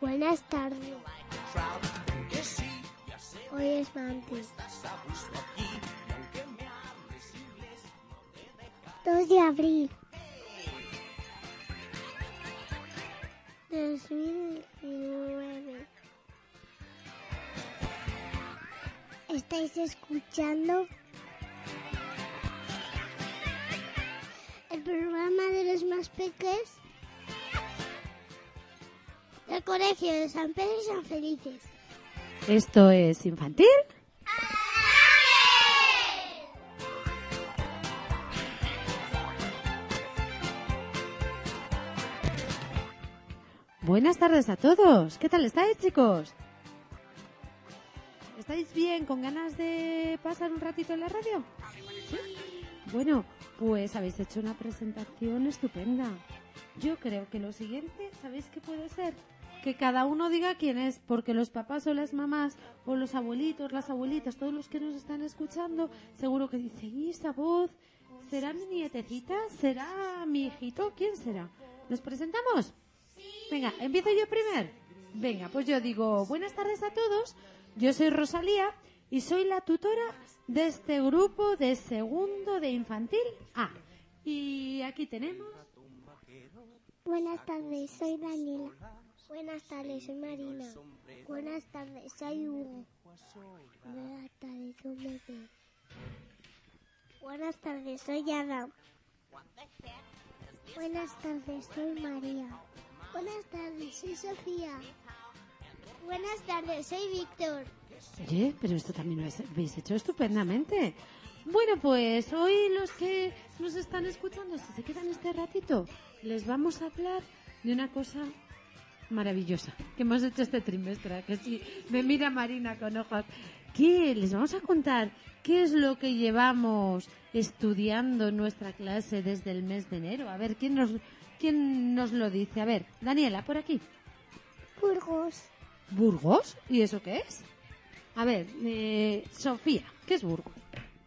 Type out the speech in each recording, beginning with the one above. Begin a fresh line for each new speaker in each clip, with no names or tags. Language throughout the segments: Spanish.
Buenas tardes. Hoy es martes. 2 de abril. de 2019. ¿Estáis escuchando? El programa de los más pequeños del colegio de San Pedro y San Felices.
Esto es infantil. Buenas tardes a todos. ¿Qué tal estáis, chicos? ¿Estáis bien? ¿Con ganas de pasar un ratito en la radio? ¿Sí? Bueno, pues habéis hecho una presentación estupenda. Yo creo que lo siguiente, ¿sabéis qué puede ser? Que cada uno diga quién es, porque los papás o las mamás, o los abuelitos, las abuelitas, todos los que nos están escuchando, seguro que dicen, ¿y esa voz? ¿Será mi nietecita? ¿Será mi hijito? ¿Quién será? ¿Nos presentamos? Venga, empiezo yo primero. Venga, pues yo digo, buenas tardes a todos. Yo soy Rosalía y soy la tutora de este grupo de segundo de infantil A. Y aquí tenemos
Buenas tardes, soy Daniela. Buenas tardes, soy Marina. Buenas tardes, soy Hugo. Buenas tardes, soy Pepe. Buenas tardes, soy Adam. Buenas tardes, soy María. Buenas tardes, soy Sofía. Buenas tardes, soy Víctor.
Oye, pero esto también lo habéis hecho estupendamente. Bueno, pues hoy los que nos están escuchando, si se quedan este ratito, les vamos a hablar de una cosa maravillosa que hemos hecho este trimestre. Que si me mira Marina con ojos. ¿Qué? Les vamos a contar qué es lo que llevamos estudiando en nuestra clase desde el mes de enero. A ver, ¿quién nos, quién nos lo dice? A ver, Daniela, por aquí.
Burgos,
¿Burgos? ¿Y eso qué es? A ver, eh, Sofía, ¿qué es Burgos?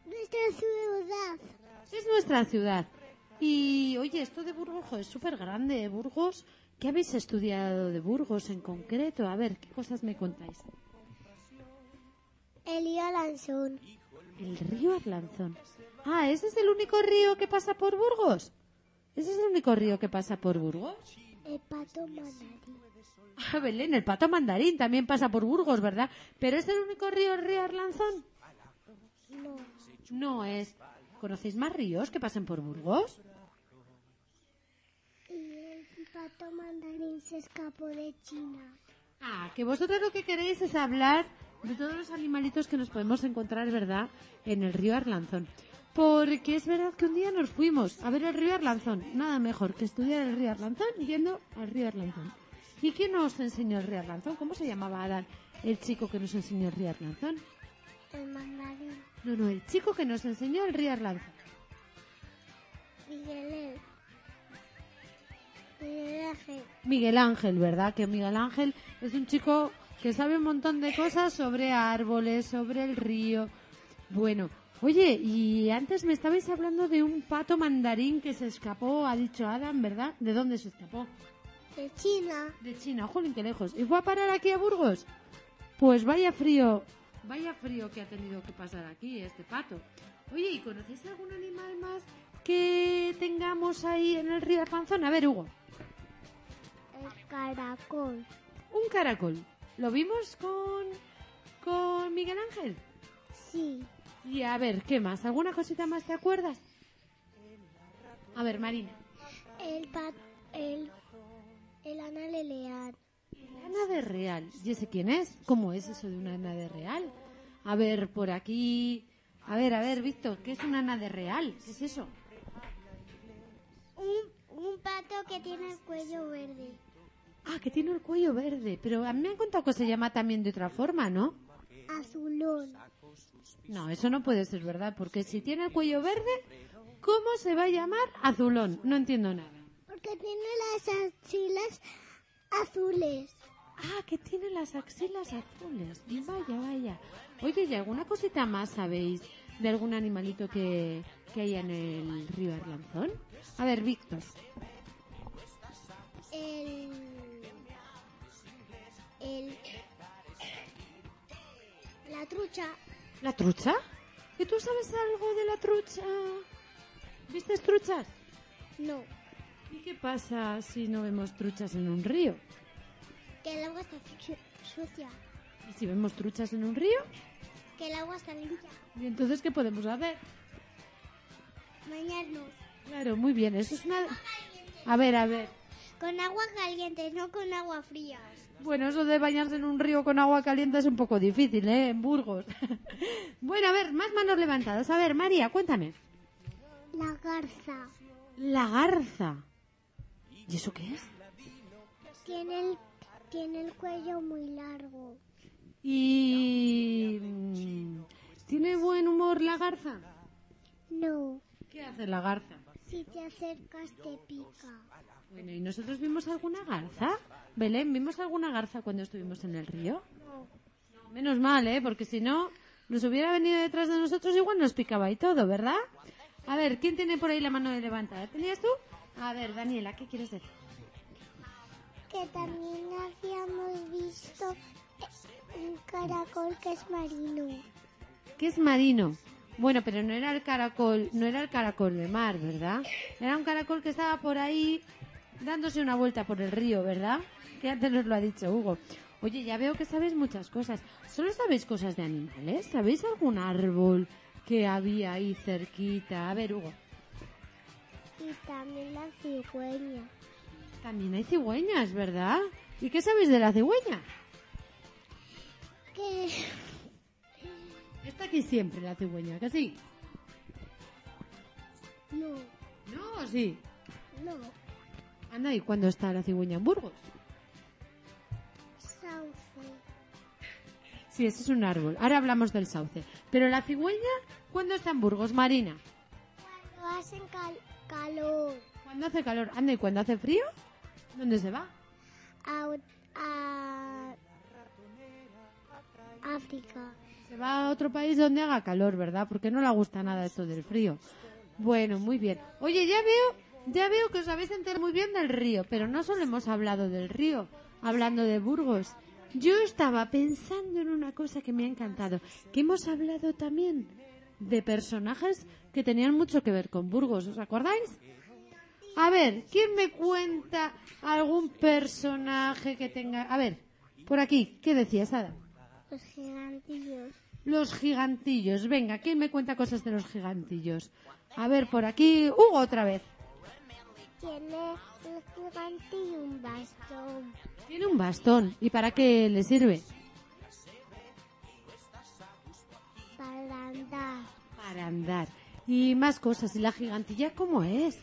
nuestra ciudad.
Es nuestra ciudad. Y oye, esto de Burgos jo, es súper grande. Burgos, ¿qué habéis estudiado de Burgos en concreto? A ver, ¿qué cosas me contáis?
Elío Lanzón.
El río Arlanzón. Ah, ¿ese es el único río que pasa por Burgos? ¿Ese es el único río que pasa por Burgos?
El pato mandarín.
Ah, Belén, el pato mandarín también pasa por Burgos, ¿verdad? ¿Pero es el único río, el río Arlanzón?
No,
No es. ¿Conocéis más ríos que pasen por Burgos?
y el pato mandarín se escapó de China.
Ah, que vosotros lo que queréis es hablar de todos los animalitos que nos podemos encontrar, ¿verdad?, en el río Arlanzón. Porque es verdad que un día nos fuimos a ver el río Arlanzón. Nada mejor que estudiar el río Arlanzón yendo al río Arlanzón. ¿Y quién nos enseñó el río Arlanzón? ¿Cómo se llamaba Adán, el chico que nos enseñó el río Arlanzón?
El mandarín,
No, no, el chico que nos enseñó el río Arlanzón.
Miguel, Miguel Ángel.
Miguel Ángel, ¿verdad? Que Miguel Ángel es un chico que sabe un montón de cosas sobre árboles, sobre el río. Bueno, oye, y antes me estabais hablando de un pato mandarín que se escapó, ha dicho Adam, ¿verdad? ¿De dónde se escapó?
de China.
De China, jolín, qué lejos. ¿Y fue a parar aquí a Burgos? Pues vaya frío, vaya frío que ha tenido que pasar aquí este pato. Oye, ¿y conocéis algún animal más que tengamos ahí en el río Arlanzón? A ver, Hugo.
El caracol.
Un caracol. ¿Lo vimos con, con Miguel Ángel?
Sí.
Y a ver, ¿qué más? ¿Alguna cosita más te acuerdas? A ver, Marina.
El pat, el, el anal
Ana de Real. ¿Y ese quién es? ¿Cómo es eso de una Ana de Real? A ver, por aquí. A ver, a ver, Víctor, ¿qué es una nade real? ¿Qué es eso?
Un, un pato que tiene el cuello verde.
Ah, que tiene el cuello verde. Pero a mí me han contado que se llama también de otra forma, ¿no?
Azulón.
No, eso no puede ser verdad, porque si tiene el cuello verde, ¿cómo se va a llamar azulón? No entiendo nada.
Porque tiene las axilas azules.
Ah, que tiene las axilas azules. Y Vaya, vaya. Oye, ¿y alguna cosita más sabéis de algún animalito que, que haya en el río Arlanzón? A ver, Víctor.
El. El. La trucha.
¿La trucha? ¿Que tú sabes algo de la trucha? ¿Vistes truchas?
No.
¿Y qué pasa si no vemos truchas en un río?
Que el agua está su- sucia.
¿Y si vemos truchas en un río?
Que el agua está limpia.
¿Y entonces qué podemos hacer?
Bañarnos.
Claro, muy bien, eso es una... A ver, a ver.
Con agua caliente, no con agua fría.
Bueno, eso de bañarse en un río con agua caliente es un poco difícil, ¿eh? En Burgos. bueno, a ver, más manos levantadas. A ver, María, cuéntame.
La garza.
La garza. ¿Y eso qué es?
Tiene el, tiene el cuello muy largo.
Y... mm, ¿Tiene buen humor la garza?
No.
¿Qué hace la garza?
Si te acercas te pica.
Bueno, ¿y nosotros vimos alguna garza? Belén, ¿vimos alguna garza cuando estuvimos en el río? No, Menos mal, ¿eh? Porque si no, nos hubiera venido detrás de nosotros, igual nos picaba y todo, ¿verdad? A ver, ¿quién tiene por ahí la mano de levantada? ¿Tenías tú? A ver, Daniela, ¿qué quieres decir?
Que también habíamos visto eh, un caracol que es marino.
Que es marino. Bueno, pero no era el caracol, no era el caracol de mar, ¿verdad? Era un caracol que estaba por ahí dándose una vuelta por el río, ¿verdad? Que antes nos lo ha dicho Hugo. Oye, ya veo que sabéis muchas cosas. ¿Solo sabéis cosas de animales? ¿Sabéis algún árbol que había ahí cerquita? A ver, Hugo.
Y también la cigüeña.
También hay cigüeñas, ¿verdad? ¿Y qué sabéis de la cigüeña?
Que
Está aquí siempre la cigüeña, ¿que sí?
no,
No, sí.
no.
Anda, ¿y cuándo está la cigüeña en Burgos?
Sauce.
Sí, ese es un árbol. Ahora hablamos del sauce. Pero la cigüeña, ¿cuándo está en Burgos, Marina?
Cuando hacen cal- calor
Cuando hace calor. Anda, ¿y cuando hace frío? ¿Dónde se va?
a, a África.
Se va a otro país donde haga calor, ¿verdad? Porque no le gusta nada esto del frío. Bueno, muy bien. Oye, ya veo, ya veo que os habéis enterado muy bien del río, pero no solo hemos hablado del río, hablando de Burgos. Yo estaba pensando en una cosa que me ha encantado, que hemos hablado también de personajes que tenían mucho que ver con Burgos, ¿os acordáis? A ver, ¿quién me cuenta algún personaje que tenga... A ver, por aquí, ¿qué decías, Ada?
Los gigantillos.
Los gigantillos. Venga, ¿quién me cuenta cosas de los gigantillos? A ver, por aquí, Hugo otra vez.
Tiene un gigante y un bastón.
Tiene un bastón. ¿Y para qué le sirve?
Para andar.
Para andar. Y más cosas. ¿Y la gigantilla cómo es?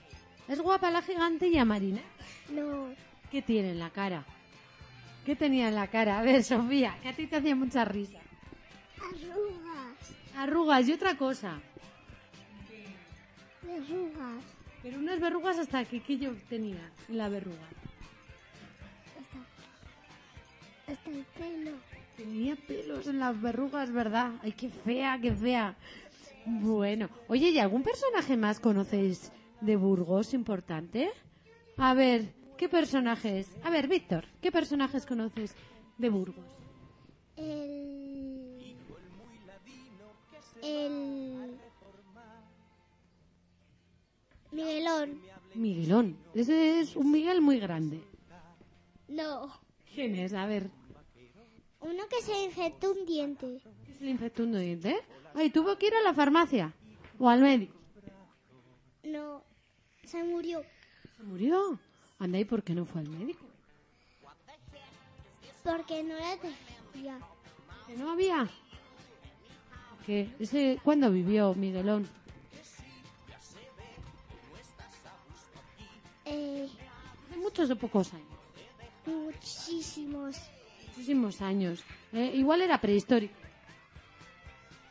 ¿Es guapa la gigantilla marina?
No,
¿Qué tiene en la cara? ¿Qué tenía en la cara? A ver, Sofía, que a ti te hacía mucha risa.
arrugas.
Arrugas y otra cosa.
Verrugas.
Pero unas verrugas hasta aquí que yo tenía en la verruga.
Hasta, hasta el pelo.
Tenía pelos en las verrugas, ¿verdad? Ay, qué fea, qué fea. Bueno, oye, ¿y algún personaje más conocéis de Burgos importante? A ver, ¿qué personajes? A ver, Víctor, ¿qué personajes conoces de Burgos?
El. El. Miguelón.
Miguelón. Ese es un Miguel muy grande.
No.
¿Quién es? A ver,
Uno que se infectó un diente.
¿qué se le infectó un diente? ¿eh? Ay, tuvo que ir a la farmacia o al médico.
No. Se murió.
Se murió. Anda, ¿y por qué no fue al médico?
Porque no la tenía.
¿Que no había? que ese, ¿cuándo vivió Miguelón?
Eh,
¿Hace muchos o pocos años?
muchísimos.
Muchísimos años. Eh, igual era prehistórico.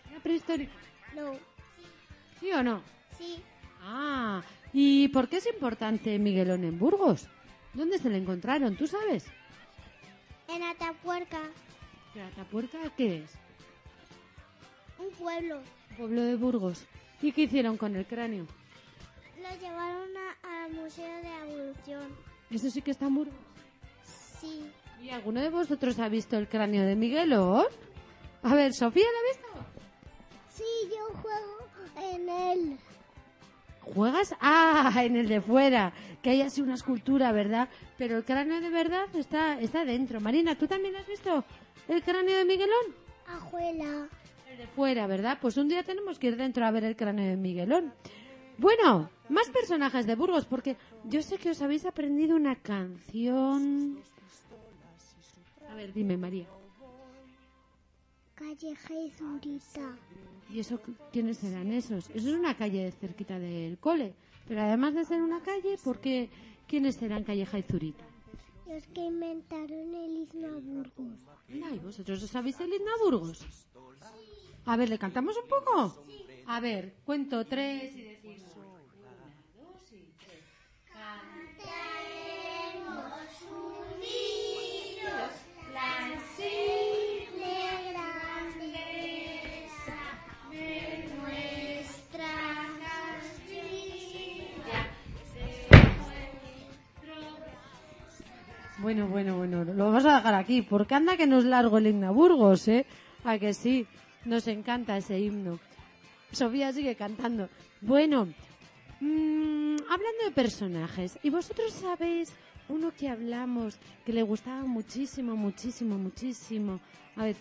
¿Era prehistórico?
No,
¿Sí o no?
sí.
Ah, ¿y por qué es importante Miguelón en Burgos? ¿Dónde se le encontraron? ¿Tú sabes?
En Atapuerca,
¿La Atapuerca qué es?
un pueblo,
Pueblo de Burgos. ¿Y qué hicieron con el cráneo?
lo llevaron a- al Museo de la Evolución.
Eso sí que está en Burgos.
Sí,
¿Y alguno de vosotros ha visto el cráneo de Miguelón? A ver, ¿Sofía la ha visto?
sí, yo juego en él.
¿Juegas? Ah, en el de fuera, que hay así una escultura, ¿verdad? Pero el cráneo de verdad está, está dentro. Marina, ¿tú también has visto el cráneo de Miguelón?
Abuela,
El de fuera, ¿verdad? Pues un día tenemos que ir dentro a ver el cráneo de Miguelón. Bueno, más personajes de Burgos, porque yo sé que os habéis aprendido una canción. A ver, dime, María.
calleja y zurita.
¿Y eso qué- quiénes eran esos? Eso es una calle cerquita del cole. Pero además de ser una calle, ¿por qué? ¿Quiénes eran Calleja y Zurita?
Los que inventaron el Istmo a Burgos.
Anda, ¿y vosotros os sabéis el himno a Burgos? A ver, ¿le cantamos un poco? A ver, cuento tres y decimos... Una, dos y tres. Bueno, bueno, bueno, lo vamos a dejar aquí, porque anda que nos largo el himno a Burgos, ¿eh? A que sí, nos encanta ese himno. Sofía sigue cantando. Bueno, mm, hablando de personajes, ¿y vosotros sabéis uno que hablamos que le gustaba muchísimo, muchísimo, muchísimo? A ver,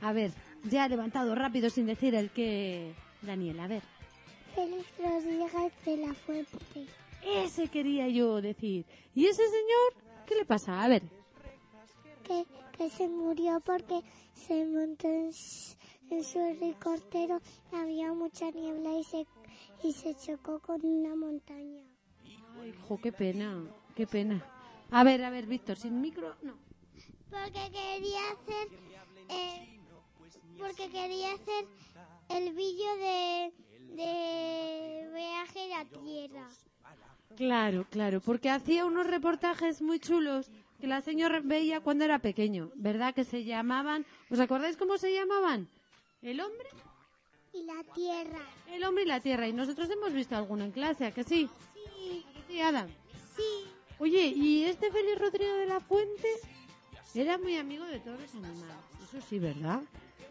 a ver, ya he levantado rápido sin decir el que... Daniel, a ver.
Félix Rodríguez de la Fuente.
Ese quería yo decir. ¿Y ese señor? ¿Qué le pasa? A ver.
que, que se murió porque se montó en, s- en su recortero y había mucha niebla y se, y se chocó con una montaña.
Ay, jo, qué pena, qué pena. A ver, a ver, Víctor, sin micro, no.
Porque quería hacer eh, porque quería hacer el vídeo de, de viaje a la tierra.
Claro, claro, porque hacía unos reportajes muy chulos que la señora veía cuando era pequeño, ¿verdad? Que se llamaban, ¿os acordáis cómo se llamaban? El hombre,
Y la tierra.
el hombre y la tierra. Y nosotros hemos visto alguno en clase, ¿a que sí?
Sí,
¿A que sí, Adam?
sí.
Oye, ¿y este Félix Rodríguez de la Fuente? Era muy amigo de todos los animales, eso sí, ¿verdad?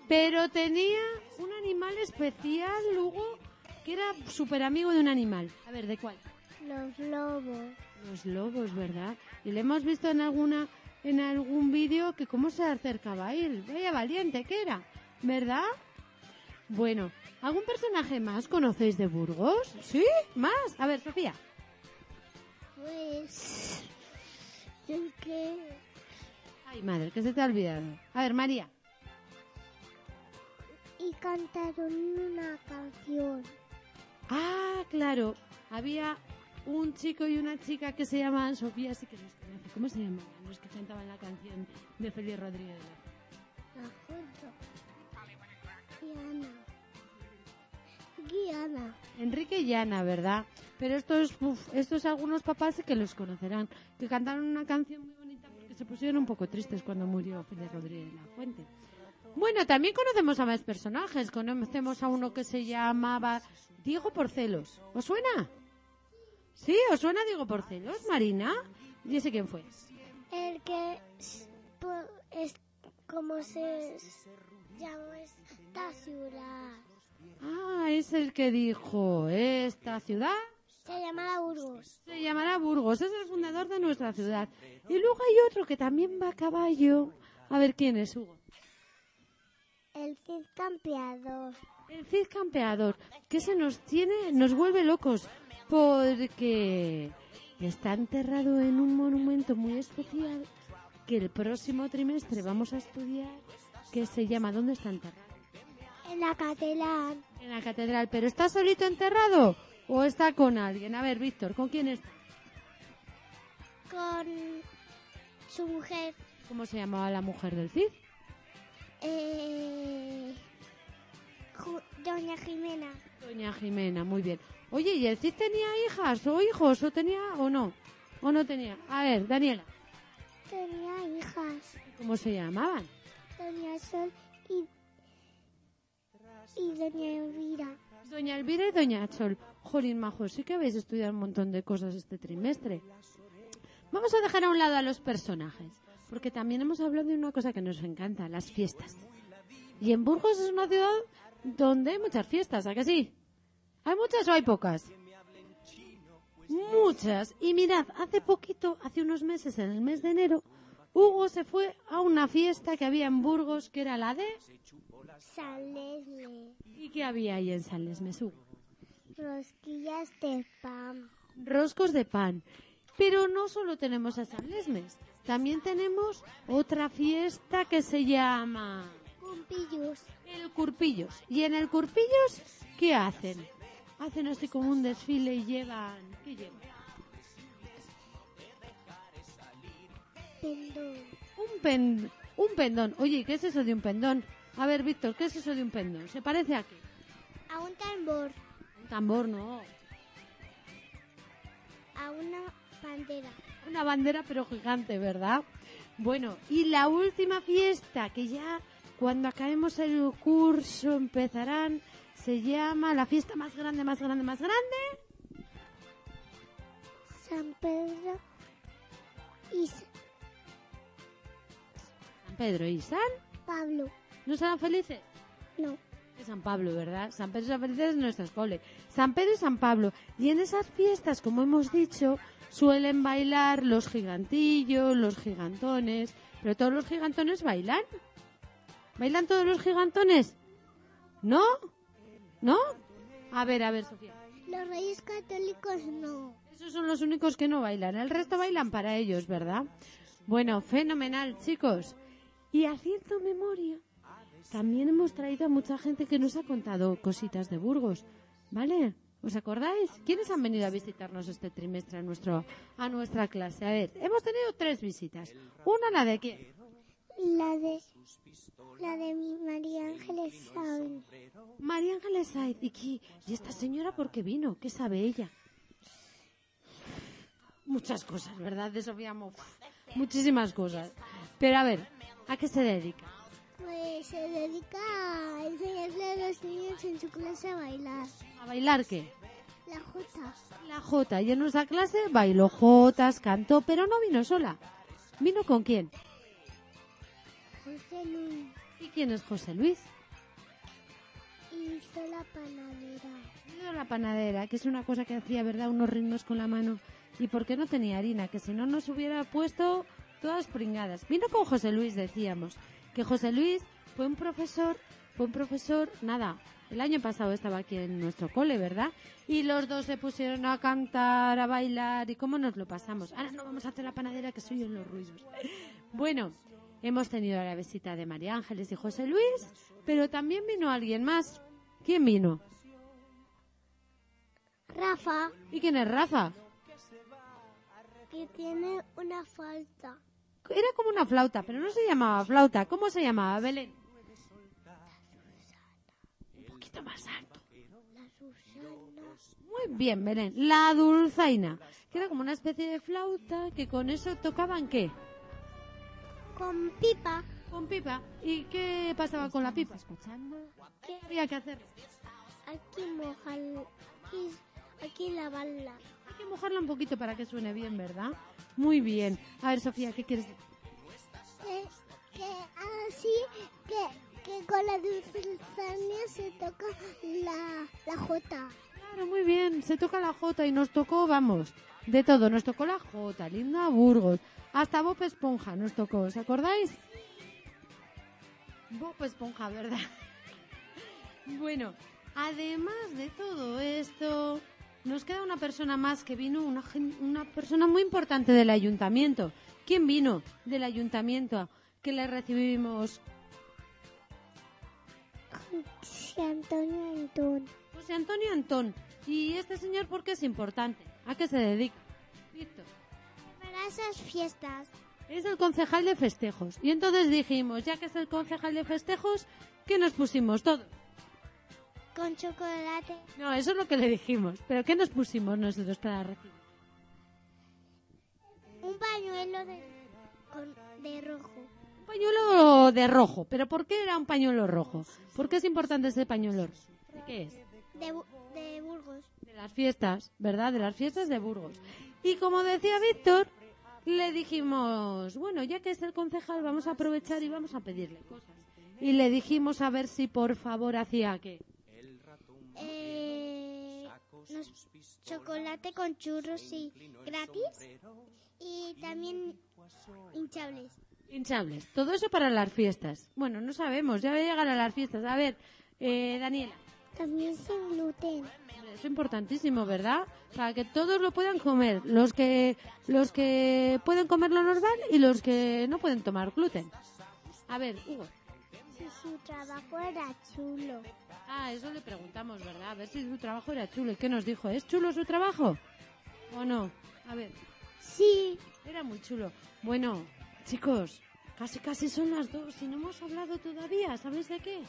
Pero tenía un animal especial, Lugo, que era súper amigo de un animal. A ver, ¿de cuál?
Los lobos.
Los lobos, ¿verdad? Y le hemos visto en alguna en algún vídeo que cómo se acercaba a él. Vaya valiente que era, ¿verdad? Bueno, ¿algún personaje más conocéis de Burgos? ¿Sí? ¿Más? A ver, Sofía.
Pues... Yo qué?
Ay, madre, que se te ha olvidado. A ver, María.
y cantaron una canción.
Ah, claro. Había un chico y una chica que se llamaban Sofía, así que los conoce. ¿Cómo se llamaban los que cantaban la canción de Félix Rodríguez?
La junto. Guiana. Guiana.
Enrique y Ana, ¿verdad? Pero estos, uf, estos algunos papás sí que los conocerán, que cantaron una canción muy bonita porque se pusieron un poco tristes cuando murió Félix Rodríguez de la Fuente. Bueno, también conocemos a más personajes. Conocemos a uno que se llamaba Diego Porcelos. ¿Os suena? ¿Sí? ¿Os suena Diego Porcelos, Marina? Y ese quién fue.
El que es, po- es como se llama esta ciudad.
Ah, es el que dijo, esta ciudad
Se llama Burgos.
se llamará Burgos, es el fundador de nuestra ciudad. Y luego hay otro que también va a caballo. A ver quién es, Hugo.
El Cid Campeador.
El Cid Campeador, que se nos tiene, nos vuelve locos, porque está enterrado en un monumento muy especial que el próximo trimestre vamos a estudiar, que se llama ¿Dónde está enterrado?
En En la catedral.
En la catedral, pero ¿está solito enterrado? ¿O está con alguien? A ver, Víctor, ¿con quién está?
Con su mujer.
¿Cómo se llamaba la mujer del Cid?
Eh, Ju- Doña Jimena.
Doña Jimena, muy bien. Oye, ¿y el Cid tenía hijas o hijos o tenía o no? ¿O no tenía? A ver, Daniela,
Tenía hijas.
¿cómo se llamaban?
Doña Sol y, y Doña Elvira.
Doña Elvira y Doña Chol. Jolín Majo, sí que habéis estudiado un montón de cosas este trimestre. Vamos a dejar a un lado a los personajes, porque también hemos hablado de una cosa que nos encanta, las fiestas. Y en Burgos es una ciudad donde hay muchas fiestas, ¿a que sí? ¿Hay muchas o hay pocas? Muchas. Y mirad, hace poquito, hace unos meses, en el mes de enero, Hugo se fue a una fiesta que había en Burgos, que era la de...
San Leslie.
¿Y qué había ahí en San Lesmes, Hugo?
Rosquillas de pan.
roscos de pan. Pero no solo tenemos a San Lesmes, también tenemos otra fiesta que se llama
Cumpillos.
el Curpillos. Y en el Curpillos, ¿qué hacen? Hacen así como un desfile y llevan... ¿Qué llevan?
Pendón.
Un, pen- un pendón. Oye, ¿qué es eso de un pendón? A ver, Víctor, ¿qué es eso de un pendón? ¿Se parece a qué?
A un tambor.
Un tambor, no.
A una bandera.
Una bandera pero gigante, ¿verdad? Bueno, y la última fiesta que ya cuando acabemos el curso empezarán, se llama la fiesta más grande, más grande, más grande.
San Pedro y S-
San Pedro y San.
Pablo.
¿No serán felices?
No.
De San Pablo, ¿verdad? San Pedro y San Felices es nuestras cole. San Pedro y San Pablo. Y en esas fiestas, como hemos dicho, suelen bailar los gigantillos, los gigantones. Pero todos los gigantones bailan. ¿Bailan todos los gigantones? ¿No? ¿No? A ver, a ver, Sofía.
Los reyes católicos no.
Esos son los únicos que no bailan. El resto bailan para ellos, ¿verdad? Bueno, fenomenal, chicos. Y haciendo memoria, también hemos traído a mucha gente que nos ha contado cositas de Burgos, ¿vale? ¿Os acordáis? ¿Quiénes han venido a visitarnos este trimestre a, nuestro, a nuestra clase? A ver, hemos tenido tres visitas. Una la de quién?
La de la de mi María Ángeles Saúl.
María Ángeles Saiz. ¿Y, qui- ¿Y esta señora por qué vino? ¿Qué sabe ella? Muchas cosas, ¿verdad? De Sofía Mo? Muchísimas cosas. Pero a ver, ¿a qué se dedica?
Pues se dedica a enseñarle a los niños en su clase a bailar.
¿A bailar qué?
La jota.
La Jota. Y en nuestra clase bailó Jotas, cantó, pero no vino sola. ¿Vino con quién?
José Luis
¿Y quién es José Luis?
hizo la panadera.
Vino la panadera, que es una cosa que hacía, ¿verdad? Unos ritmos con la mano. ¿Y por qué no tenía harina? Que si no nos hubiera puesto todas pringadas. Vino con José Luis, decíamos. Que José Luis fue un profesor, fue un profesor, nada. El año pasado estaba aquí en nuestro cole, ¿verdad? Y los dos se pusieron a cantar, a bailar, y cómo nos lo pasamos. Ahora no vamos a hacer la panadera que soy en los ruidos. Bueno, hemos tenido la visita de María Ángeles y José Luis, pero también vino alguien más. ¿Quién vino?
Rafa,
¿Y quién es Rafa?
que tiene una falta.
Era como una flauta, pero no se llamaba flauta. ¿Cómo se llamaba, Belén? Un poquito más alto.
La Susana.
Muy bien, Belén. La dulzaina, que era como una especie de flauta que con eso tocaban qué?
Con pipa.
Con pipa. ¿Y qué pasaba con la pipa?
Que
¿Qué había que hacer?
aquí mojarla. Aquí, aquí lavarla.
Hay que mojarla un poquito para que suene bien, ¿verdad? Muy bien. A ver, Sofía, ¿qué quieres decir?
que, que así que, que con la dulzania se toca la, la jota.
Claro, muy bien. Se toca la Jota y nos tocó, vamos, de todo. Nos tocó la Jota, Linda Burgos, hasta Bob Esponja nos tocó. ¿Os acordáis? Bob Esponja, ¿verdad? bueno, además de todo esto, nos queda una persona más que vino, una, gen- una persona muy importante del ayuntamiento. ¿Quién vino del ayuntamiento que le recibimos?
Sí, José Antonio Antón.
José Antonio Antón. ¿Y este señor por qué es importante? ¿A qué se dedica? Víctor.
Para esas fiestas.
Es el concejal de festejos. Y entonces dijimos, ya que es el concejal de festejos, ¿qué nos pusimos todos?
Con chocolate.
No, eso es lo que le dijimos. ¿Pero qué nos pusimos nosotros para recibir?
Un pañuelo de, con- de rojo.
Un pañuelo de rojo. ¿Pero por qué era un pañuelo rojo? ¿Por qué es importante ese pañuelo rojo? ¿De qué es?
De, Bu- de Burgos.
De las fiestas, ¿verdad? De las fiestas de Burgos. Y como decía Víctor, le dijimos, bueno, ya que es el concejal, vamos a aprovechar y vamos a pedirle cosas. Y le dijimos a ver si por favor hacía qué.
Eh, nos- chocolate con churros y gratis. Y también hinchables.
Hinchables. Todo eso para las fiestas. Bueno, no sabemos, ya llegan a las fiestas. A ver, eh, Daniela,
También sin gluten.
es importantísimo, ¿verdad? Para que todos lo puedan comer. Los que, los que pueden comer lo normal y los que no pueden tomar gluten. A ver, Hugo.
Si su trabajo era chulo.
Ah, eso le preguntamos, ¿verdad? A ver si su trabajo era chulo. ¿Y qué nos dijo? ¿Es chulo su trabajo? ¿O no? A ver,
Sí.
era muy chulo. Bueno, chicos, casi casi son las dos y no hemos hablado todavía. ¿Sabéis de qué?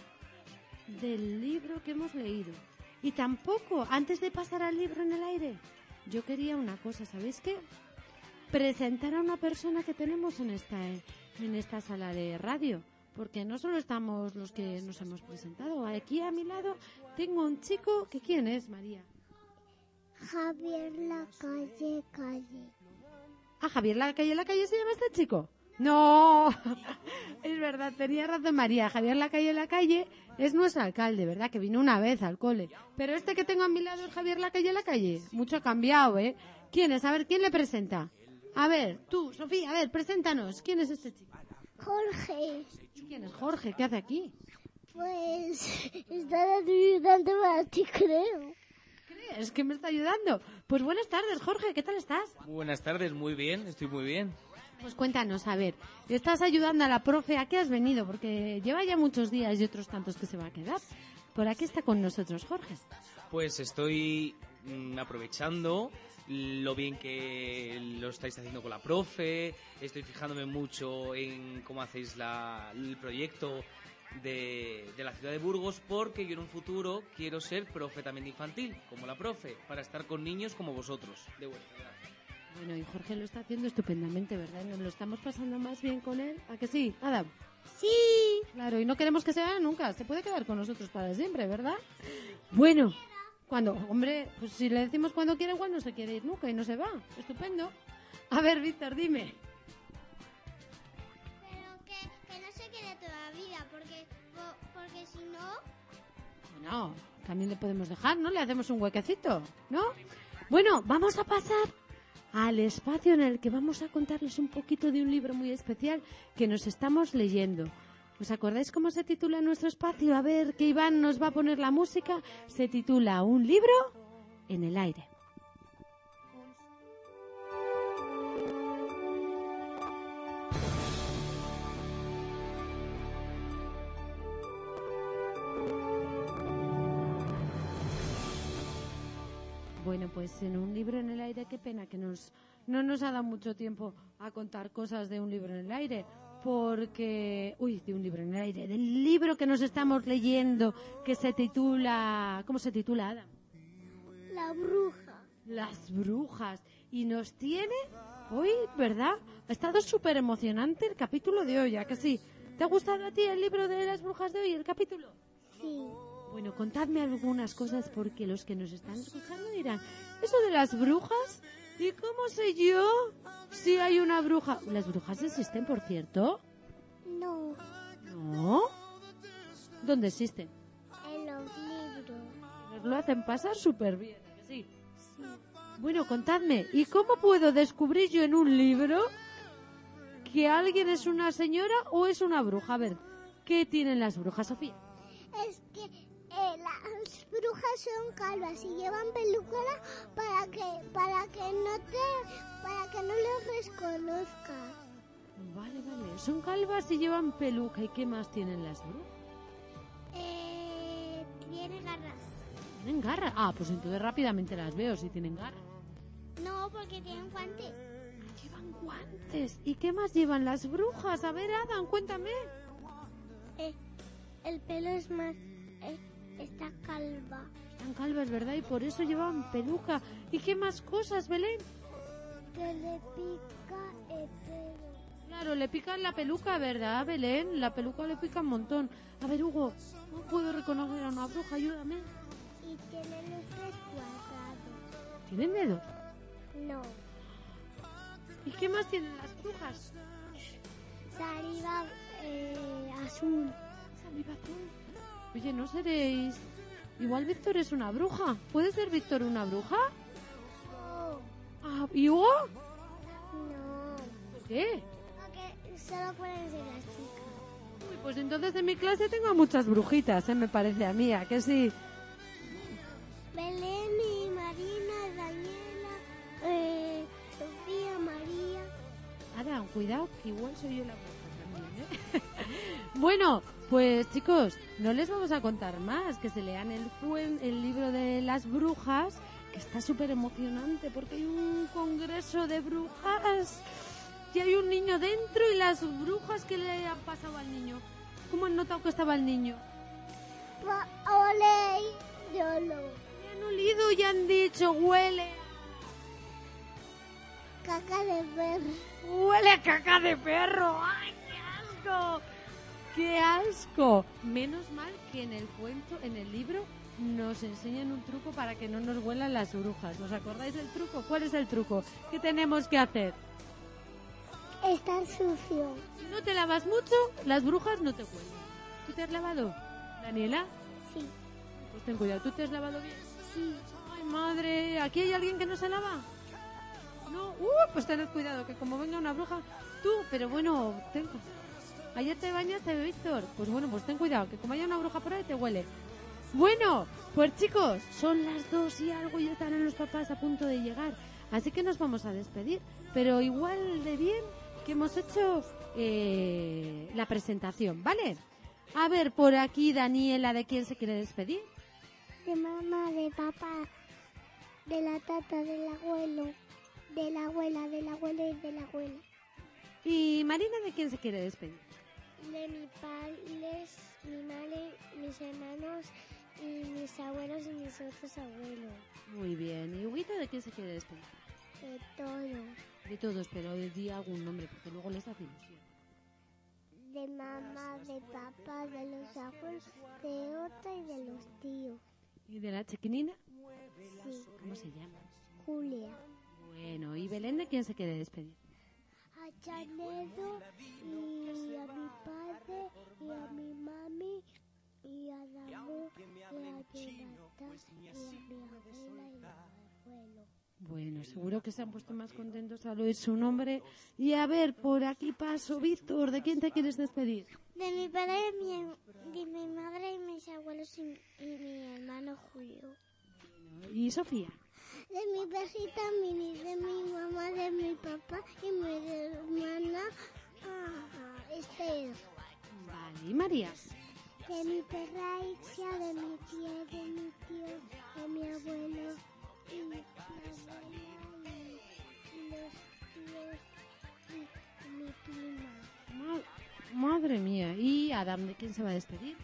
Del libro que hemos leído. Y tampoco, antes de pasar al libro en el aire, yo quería una cosa, ¿sabéis qué? presentar a una persona que tenemos en esta eh, en esta sala de radio porque no solo estamos los que nos hemos presentado aquí a mi lado tengo un chico que quién es María
Javier la calle calle.
ah Javier la calle la calle se llama este chico no es verdad tenía razón María Javier la calle la calle es nuestro alcalde verdad que vino una vez al cole pero este que tengo a mi lado es Javier la calle la calle mucho ha cambiado eh quién es a ver quién le presenta a ver tú Sofía a ver preséntanos quién es este chico
Jorge,
¿Y ¿Quién es Jorge? ¿Qué hace aquí?
pues estás ayudando a ti, creo.
¿Crees que me está ayudando? Pues buenas tardes, Jorge, ¿qué tal estás?
Muy buenas tardes, muy bien, estoy muy bien.
Pues cuéntanos, a ver, estás ayudando a la profe, ¿a qué has venido? Porque lleva ya muchos días y otros tantos que se va a quedar. Por aquí está con nosotros, Jorge.
Pues estoy mm, aprovechando lo bien que lo estáis haciendo con la profe, estoy fijándome mucho en cómo hacéis la- el proyecto de, de la ciudad de Burgos, porque yo en un futuro quiero ser profe también de infantil, como la profe, para estar con niños como vosotros, de vuestra edad.
Bueno, y Jorge lo está haciendo estupendamente, ¿verdad? Nos lo estamos pasando más bien con él. ¿A que sí, Adam? Sí. Claro, y no queremos que se vaya nunca. Se puede quedar con nosotros para siempre, ¿verdad? Bueno, cuando, hombre, pues si le decimos cuando quiere, igual no se quiere ir nunca y no se va. Estupendo. A ver, Víctor, dime.
Pero que, que no se quede toda la vida, porque, po- porque si no,
Bueno, también le podemos dejar, ¿no? Le hacemos un huequecito, ¿no? Bueno, vamos a pasar al espacio en el que vamos a contarles un poquito de un libro muy especial que nos estamos leyendo. ¿Os acordáis cómo se titula nuestro espacio? A ver, que Iván nos va a poner la música. Se titula Un libro en el aire. Bueno, pues en un libro en el aire, qué pena que nos, no nos ha dado mucho tiempo a contar cosas de un libro en el aire. Porque, uy, de un libro en el aire, del libro que nos estamos leyendo, que se titula, ¿cómo se titula, Adam?
la bruja.
Las brujas. Y nos tiene hoy, ¿verdad? Ha estado súper emocionante el capítulo de hoy, ¿a que sí? ¿Te ha gustado a ti el libro de las brujas de hoy, el capítulo?
Sí.
Bueno, contadme algunas cosas porque los que nos están escuchando dirán, ¿eso de las brujas? ¿Y cómo sé yo si hay una bruja? ¿Las brujas existen, por cierto?
No,
No. ¿Dónde existen?
en los libros.
Nos lo hacen pasar súper bien, ¿a que sí? Bueno, contadme, ¿y cómo puedo descubrir yo en un libro que alguien es una señora o es una bruja? A ver, ¿qué tienen las brujas, Sofía?
Es que eh, las brujas son calvas y llevan pelucas para que, para que no te, para que no los reconozcas.
Vale, vale. Son calvas y llevan peluca. ¿Y qué más tienen las brujas?
Eh, tiene garras.
¿Tienen garra? Ah, pues entonces rápidamente las veo si tienen garra.
No, porque tienen guantes.
Llevan guantes. ¿Y qué más llevan las brujas? A ver, Adam, cuéntame.
Eh, el pelo es más... eh, está calva.
Están calvas, ¿verdad? Y por eso llevan peluca. ¿Y qué más cosas, Belén?
Que le pica el pelo.
Claro, le pican la peluca, ¿verdad, Belén? La peluca le pica un montón. A ver, Hugo, no puedo reconocer a una bruja, ayúdame.
Y tiene los tres cuadrados.
¿Tienen dedos?
No.
¿Y qué más tienen las brujas?
Saliva eh, azul.
Saliva azul. Oye, no seréis... Igual Víctor es una bruja. ¿Puede ser Víctor una bruja?
No.
Ah, ¿Y Hugo?
No.
¿Por qué?
Porque solo pueden ser las chicas.
Uy, pues entonces en mi clase tengo a muchas brujitas, ¿eh? me parece a mí, ¿a que sí?
Belén y Marina, Daniela, eh, Sofía, María.
Adam, cuidado, que igual soy yo la bruja también, ¿eh? bueno, pues chicos, no les vamos a contar más, que se lean el, cuen- el libro de las brujas, que está súper emocionante, porque hay un congreso de brujas y hay un niño dentro y las brujas que le han pasado al niño. ¿Cómo han notado que estaba el niño?
Pa Ole, yo lo.
Le han olido y han dicho, huele a
Caca de perro.
Huele a caca de perro. ¡Ay, qué asco! ¡Qué asco! Menos mal que en el cuento, en el libro, nos enseñan un truco para que no nos huelan las brujas. ¿Os acordáis del truco? ¿Cuál es el truco? ¿Qué tenemos que hacer?
Está sucio.
Si no te lavas mucho, las brujas no te huelen. ¿Tú te has lavado? Daniela,
Sí,
pues ten cuidado. ¿Tú te has lavado bien?
sí.
Ay, madre, ¿aquí hay alguien que no se lava? No, uh, pues tened cuidado, que como venga una bruja, tú, pero bueno, ten cu- Ayer te bañaste, Víctor. Pues bueno, pues ten cuidado, que como haya una bruja por ahí te huele. Bueno, pues chicos, son las dos y algo y ya estarán los papás a punto de llegar. Así que nos vamos a despedir, pero igual de bien que hemos hecho eh, la presentación, ¿vale? A ver, por aquí, Daniela, ¿de quién se quiere despedir?
De mamá, de papá, de la tata, del abuelo, de la abuela, del abuelo y de la abuela.
Y Marina, ¿de quién se quiere despedir?
De mis padres, mi madre, mis hermanos y mis abuelos y mis otros abuelos.
Muy bien. ¿Y Huguito, de quién se quiere despedir?
De todo.
De todos, pero di algún nombre, porque luego les hace ilusión.
De mamá, de papá, de los abuelos, de otra y de los tíos.
¿Y de la chiquinina?
Sí,
¿Cómo se llama?
Julia.
Bueno, ¿y Belén, de quién se quiere despedir?
a Chanedo y a mi padre y a mi mami y a Damu y a Jonathan y a pues mi abuela y a mi abuelo.
Bueno, seguro que se han puesto más contentos al oír su nombre. Y a ver, por aquí paso, Víctor, ¿de quién te quieres despedir?
De mi padre y mi, de mi madre y mis abuelos y, y mi hermano Julio.
¿Y Sofía?
De mi perrita Mini, de mi mamá, de mi papá y mi hermana ah, Esther.
Vale, ¿y María?
De mi perra Ixia, de mi tía, de mi tío, de mi abuelo y mi abuela y los tíos y mi prima.
Ma- madre mía. ¿Y Adam, de quién se va a despedir?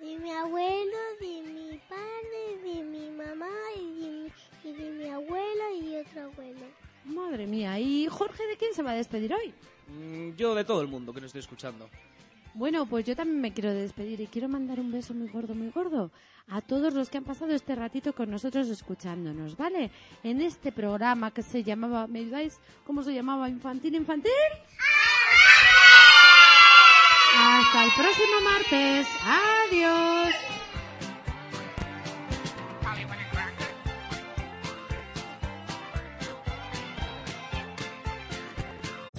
De mi abuelo, de mi padre, de mi mamá y de mi, y de mi abuelo y otro abuelo.
Madre mía. ¿Y Jorge, de quién se va a despedir hoy?
Mm, Yo de todo el mundo que nos estoy escuchando.
Bueno, pues yo también me quiero despedir y quiero mandar un beso muy gordo, muy gordo a todos los que han pasado este ratito con nosotros escuchándonos, ¿vale? En este programa que se llamaba, ¿me ayudáis? ¿Cómo se llamaba? ¿Infantil, infantil? Hasta el próximo martes. Adiós.